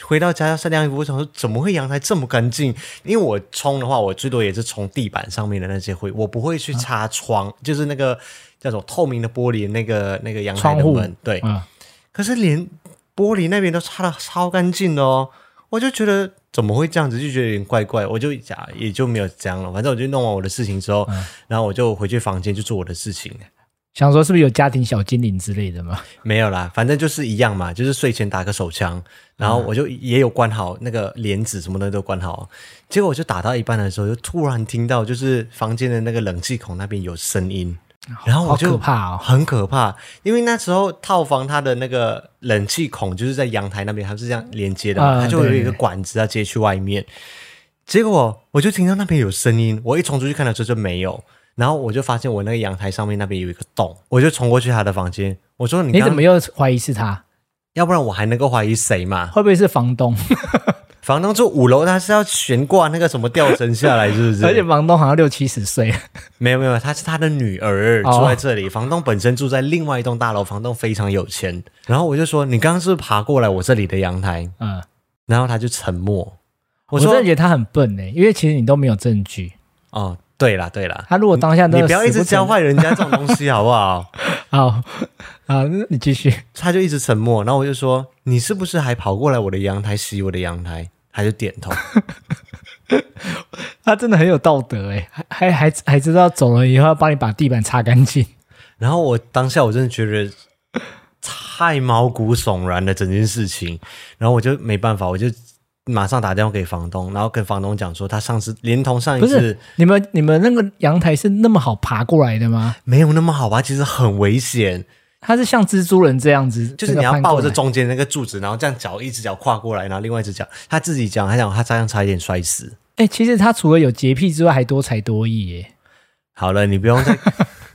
[SPEAKER 1] 回到家要晒晾衣服，我想说怎么会阳台这么干净？因为我冲的话，我最多也是冲地板上面的那些灰，我不会去擦窗，
[SPEAKER 2] 嗯
[SPEAKER 1] 就是那个叫什么透明的玻璃那个那个阳台的
[SPEAKER 2] 窗户
[SPEAKER 1] 门，对。
[SPEAKER 2] 嗯，
[SPEAKER 1] 可是连玻璃那边都擦的超干净的哦，我就觉得怎么会这样子，就觉得有点怪怪，我就假也就没有这样了。反正我就弄完我的事情之后，
[SPEAKER 2] 嗯
[SPEAKER 1] 然后我就回去房间就做我的事情。
[SPEAKER 2] 想说是不是有家庭小精灵之类的嘛？
[SPEAKER 1] 没有啦，反正就是一样嘛，就是睡前打个手枪，然
[SPEAKER 2] 嗯
[SPEAKER 1] 后我就也有关好那个帘子什么的都关好，结果我就打到一半的时候，就突然听到就是房间的那个冷气孔那边有声音，然后
[SPEAKER 2] 哦好
[SPEAKER 1] 我就
[SPEAKER 2] 可怕哦！
[SPEAKER 1] 很可怕，因为那时候套房它的那个冷气孔就是在阳台那边，它是这样连接的嘛，
[SPEAKER 2] 啊
[SPEAKER 1] 它就有
[SPEAKER 2] 对
[SPEAKER 1] 一个管子要接去外面。结果我就听到那边有声音，我一冲出去看的时候就没有，然后我就发现我那个阳台上面那边有一个洞，我就冲过去他的房间，我说你
[SPEAKER 2] 你
[SPEAKER 1] 刚
[SPEAKER 2] 哎怎么又怀疑是他？
[SPEAKER 1] 要不然我还能够怀疑谁嘛？
[SPEAKER 2] 会不会是房东？
[SPEAKER 1] 房东住五楼，他是要悬挂那个什么吊绳下来，是不是？
[SPEAKER 2] 而且房东好像六七十岁，
[SPEAKER 1] 没有没有，他是他的女儿
[SPEAKER 2] 哦
[SPEAKER 1] 住在这里，房东本身住在另外一栋大楼，房东非常有钱。然后我就说：“你刚刚是不是爬过来我这里的阳台
[SPEAKER 2] 嗯，？”
[SPEAKER 1] 然后他就沉默。我
[SPEAKER 2] 我真
[SPEAKER 1] 说
[SPEAKER 2] 的觉得他很笨呢，因为其实你都没有证据。：“
[SPEAKER 1] 哦，对啦对啦，
[SPEAKER 2] 他如果当下都
[SPEAKER 1] 你不要一直教
[SPEAKER 2] 换。
[SPEAKER 1] 坏人家这种东西好不好
[SPEAKER 2] 好好，那你继续。？”
[SPEAKER 1] 他就一直沉默。然后我就说：“你是不是还跑过来我的阳台洗我的阳台？”他就点头。
[SPEAKER 2] 他真的很有道德哎，还还还还知道走了以后要帮你把地板擦干净。
[SPEAKER 1] 然后我当下我真的觉得太毛骨悚然了整件事情，然后我就没办法，我就马上打电话给房东，然后跟房东讲说他上次连同上一
[SPEAKER 2] 不是
[SPEAKER 1] 次
[SPEAKER 2] 你们你们那个阳台是那么好爬过来的吗？
[SPEAKER 1] 没有那么好吧，其实很危险，
[SPEAKER 2] 它是像蜘蛛人这样子，
[SPEAKER 1] 就是
[SPEAKER 2] 这个
[SPEAKER 1] 你要
[SPEAKER 2] 翻过
[SPEAKER 1] 抱着
[SPEAKER 2] 来
[SPEAKER 1] 中间那个柱子，然后这样脚一只脚跨过来，然后另外一只脚他自己讲，他讲他这样差一点摔死。
[SPEAKER 2] 欸哎、其实他除了有洁癖之外，还多才多艺耶。
[SPEAKER 1] 好了，你不用再。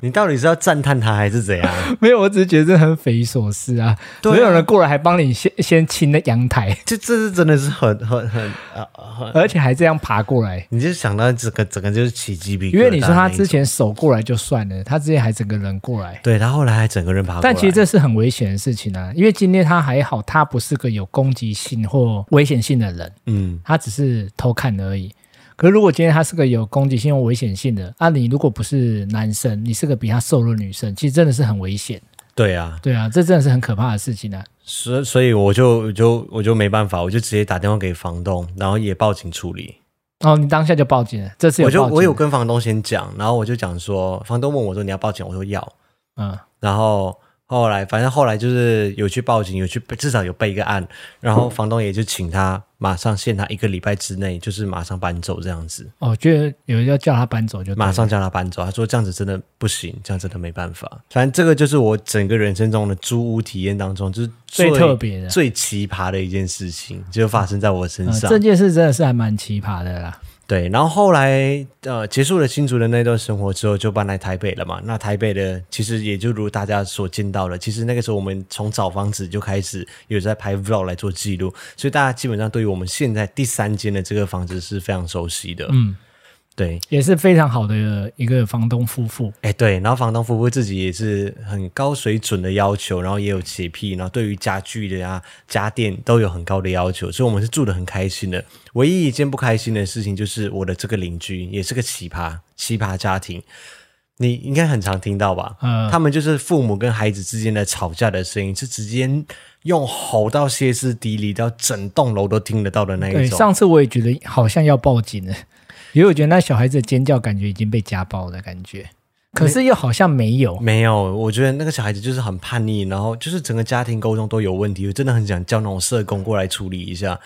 [SPEAKER 1] 你到底是要赞叹他还是怎样？
[SPEAKER 2] 没有，我只是觉得这很匪夷所思啊！
[SPEAKER 1] 对啊
[SPEAKER 2] 没有人过来还帮你先先清那阳 台，
[SPEAKER 1] 这这是真的是很很很啊很，
[SPEAKER 2] 而且还这样爬过来。
[SPEAKER 1] 你就想到整个整个就是起鸡皮疙瘩那一
[SPEAKER 2] 因
[SPEAKER 1] 种。
[SPEAKER 2] 为你说他之前手过来就算了，他之前还整个人过来，
[SPEAKER 1] 对他后来还整个人爬过来，
[SPEAKER 2] 但其实这是很危险的事情啊。因为今天他还好，他不是个有攻击性或危险性的人，
[SPEAKER 1] 嗯
[SPEAKER 2] 他只是偷看而已。可是如果今天他是个有攻击性或危险性的，啊，你如果不是男生，你是个比他瘦弱的女生，其实真的是很危险。
[SPEAKER 1] 对啊，
[SPEAKER 2] 对啊，这真的是很可怕的事情啊。
[SPEAKER 1] 所所以我就就我就没办法，我就直接打电话给房东，然后也报警处理。
[SPEAKER 2] 哦，你当下就报警了，这次有
[SPEAKER 1] 我
[SPEAKER 2] 报警
[SPEAKER 1] 就
[SPEAKER 2] 了。
[SPEAKER 1] 我有跟房东先讲，然后我就讲说，房东问我说你要报警，我说要，
[SPEAKER 2] 嗯，
[SPEAKER 1] 然后后来反正后来就是有去报警，有去至少有备一个案，然后房东也就请他马上限他一个礼拜之内，就是马上搬走这样子，
[SPEAKER 2] 哦我觉得有人要叫他搬走就对了
[SPEAKER 1] 马上叫他搬走。他说这样子真的不行，这样真的没办法。反正这个就是我整个人生中的租屋体验当中，就是
[SPEAKER 2] 最特别的
[SPEAKER 1] 最奇葩的一件事情，就发生在我身
[SPEAKER 2] 嗯
[SPEAKER 1] 上。
[SPEAKER 2] 这件事真的是还蛮奇葩的啦。
[SPEAKER 1] 对，然后后来呃结束了新竹的那段生活之后，就搬来台北了嘛。那台北的其实也就如大家所见到的，其实那个时候我们从找房子就开始有在拍 vlog 来做记录，所以大家基本上对于我们现在第三间的这个房子是非常熟悉的。
[SPEAKER 2] 嗯，
[SPEAKER 1] 对，
[SPEAKER 2] 也是非常好的一个房东夫妇。
[SPEAKER 1] 哎对，然后房东夫妇自己也是很高水准的要求，然后也有洁癖，然后对于家具的啊、家电都有很高的要求，所以我们是住的很开心的。唯一一件不开心的事情就是我的这个邻居也是个奇葩奇葩家庭，你应该很常听到吧？
[SPEAKER 2] 嗯
[SPEAKER 1] 他们就是父母跟孩子之间的吵架的声音，是直接用吼到歇斯底里，到整栋楼都听得到的那
[SPEAKER 2] 对，
[SPEAKER 1] 一种。
[SPEAKER 2] 上次我也觉得好像要报警了， 因为我觉得那小孩子的尖叫感觉已经被家暴的感觉，可是又好像没有。
[SPEAKER 1] 没有，我觉得那个小孩子就是很叛逆，然后就是整个家庭沟通都有问题，我真的很想叫那种社工过来处理一下。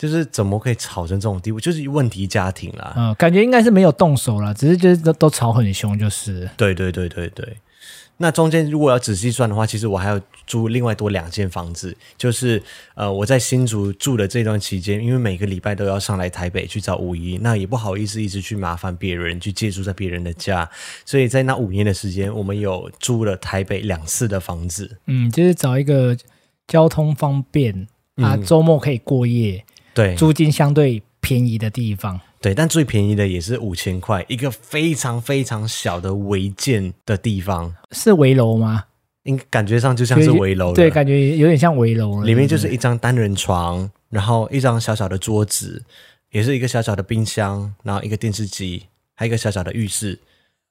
[SPEAKER 1] 就是怎么可以吵成这种地步？就是问题家庭啦。
[SPEAKER 2] 嗯，感觉应该是没有动手了，只是就是都都吵很凶，就是了
[SPEAKER 1] 对对对对对。那中间如果要仔细算的话，其实我还要租另外多两间房子，就是呃我在新竹住的这段期间，因为每个礼拜都要上来台北去找五一，那也不好意思一直去麻烦别人去借住在别人的家，所以在那五年的时间，我们有租了台北两次的房子。
[SPEAKER 2] 嗯，就是找一个交通方便啊，周末可以过夜，
[SPEAKER 1] 嗯对，
[SPEAKER 2] 租金相对便宜的地方。
[SPEAKER 1] 对，但最便宜的也是五千块，一个非常非常小的违建的地方，
[SPEAKER 2] 是围楼吗？
[SPEAKER 1] 应感觉上就像是围楼了。
[SPEAKER 2] 对，感觉嗯有点像围楼了。
[SPEAKER 1] 里面就是一张单人床，然后一张小小的桌子，也是一个小小的冰箱，然后一个电视机，还有一个小小的浴室。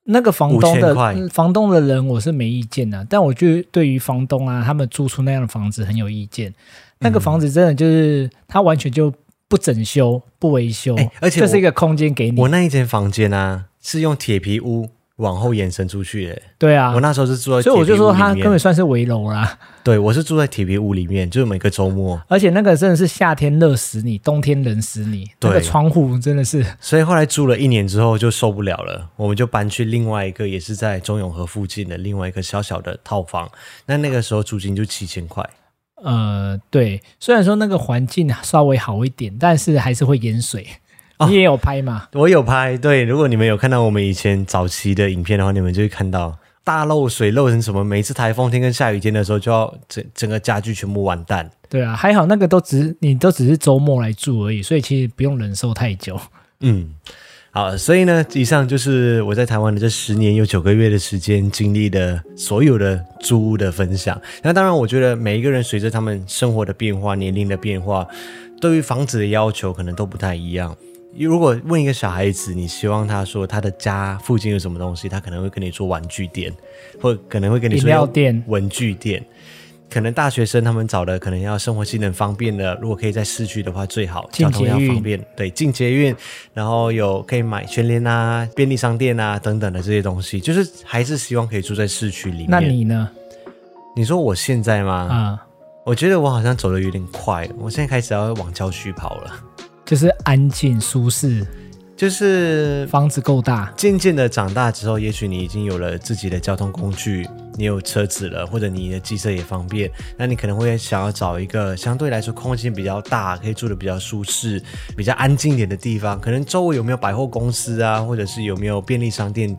[SPEAKER 2] 那个房东
[SPEAKER 1] 5000块
[SPEAKER 2] 的嗯房东的人，我是没意见的、啊但我就对于房东啊，他们租出那样的房子很有意见。那
[SPEAKER 1] 嗯
[SPEAKER 2] 个房子真的就是、他完全就不整修、不维修，
[SPEAKER 1] 哎而且
[SPEAKER 2] 这是
[SPEAKER 1] 我
[SPEAKER 2] 一个空间给你
[SPEAKER 1] 我。那一间房间啊，是用铁皮屋往后延伸出去的。
[SPEAKER 2] 对啊
[SPEAKER 1] 我，那时候是住在铁
[SPEAKER 2] 所
[SPEAKER 1] 皮
[SPEAKER 2] 以
[SPEAKER 1] 屋里
[SPEAKER 2] 我
[SPEAKER 1] 面，
[SPEAKER 2] 就说他根本算是围楼啦。
[SPEAKER 1] 对我是住在铁皮屋里面，就是每个周末。
[SPEAKER 2] 而且那个真的是夏天热死你，冬天冷死你。
[SPEAKER 1] 对
[SPEAKER 2] 那个窗户真的是，
[SPEAKER 1] 所以后来住了一年之后就受不了了，我们就搬去另外一个也是在中永和附近的另外一个小小的套房。那那个时候租金就七千块，
[SPEAKER 2] 呃，对，虽然说那个环境稍微好一点，但是还是会淹水。
[SPEAKER 1] 哦
[SPEAKER 2] 你也有拍吗？
[SPEAKER 1] 我有拍。对，如果你们有看到我们以前早期的影片的话，你们就会看到大漏水漏成什么，每次台风天跟下雨天的时候就要整整个家具全部完蛋。
[SPEAKER 2] 对啊，还好那个都只你都只是周末来住而已，所以其实不用忍受太久。
[SPEAKER 1] 嗯，好，所以呢，以上就是我在台湾的这十年有九个月的时间经历的所有的租屋的分享。那当然，我觉得每一个人随着他们生活的变化、年龄的变化，对于房子的要求可能都不太一样。如果问一个小孩子，你希望他说他的家附近有什么东西，他可能会跟你说玩具店，或可能会跟你
[SPEAKER 2] 饮
[SPEAKER 1] 说
[SPEAKER 2] 料店
[SPEAKER 1] 文具店。可能大学生他们找的可能要生活机能方便的，如果可以在市区的话最好，
[SPEAKER 2] 近
[SPEAKER 1] 交通要
[SPEAKER 2] 捷运
[SPEAKER 1] 方便，对，近捷运，然后有可以买全联啊、便利商店啊等等的这些东西，就是还是希望可以住在市区里面。
[SPEAKER 2] 那你呢？
[SPEAKER 1] 你说我现在吗？
[SPEAKER 2] 啊、
[SPEAKER 1] 我觉得我好像走的有点快，我现在开始要往郊区跑了，
[SPEAKER 2] 就是安静舒适，
[SPEAKER 1] 就是
[SPEAKER 2] 房子够大，
[SPEAKER 1] 渐渐的长大之后，也许你已经有了自己的交通工具，你有车子了，或者你的机车也方便，那你可能会想要找一个相对来说空间比较大，可以住的比较舒适、比较安静一点的地方。可能周围有没有百货公司啊，或者是有没有便利商店？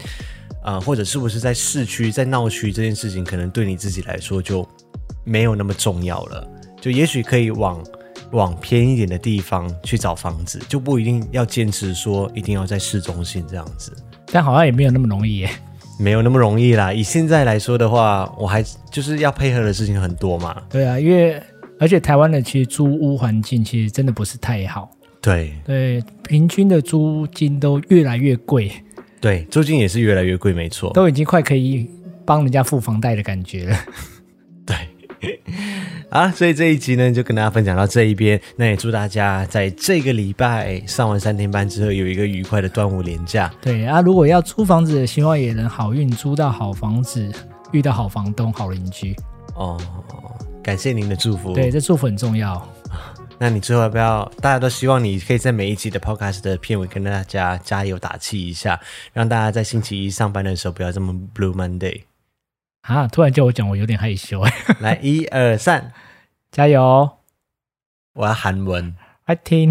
[SPEAKER 1] 啊、或者是不是在市区、在闹区这件事情，可能对你自己来说就没有那么重要了。就也许可以往往偏一点的地方去找房子，就不一定要坚持说一定要在市中心这样子，
[SPEAKER 2] 但好像也没有那么容易耶。
[SPEAKER 1] 没有那么容易啦。以现在来说的话，我还就是要配合的事情很多嘛。
[SPEAKER 2] 对啊，因为而且台湾的其实租屋环境其实真的不是太好，
[SPEAKER 1] 对
[SPEAKER 2] 对，平均的租金都越来越贵，
[SPEAKER 1] 对，租金也是越来越贵，没错。
[SPEAKER 2] 都已经快可以帮人家付房贷的感觉了。
[SPEAKER 1] 对。啊，所以这一集呢，就跟大家分享到这一边。那也祝大家在这个礼拜上完三天班之后，有一个愉快的端午连假。
[SPEAKER 2] 对啊，如果要租房子，希望也能好运租到好房子，遇到好房东、好邻居。
[SPEAKER 1] 哦，感谢您的祝福。
[SPEAKER 2] 对，，这祝福很重要。
[SPEAKER 1] 那你最后要不要？大家都希望你可以在每一集的 podcast 的片尾跟大家加油打气一下，让大家在星期一上班的时候不要这么 blue Monday。
[SPEAKER 2] 啊！突然叫我讲，我有点害羞。
[SPEAKER 1] 来，一二三，
[SPEAKER 2] 加油，
[SPEAKER 1] 我要韩文。
[SPEAKER 2] 爱听。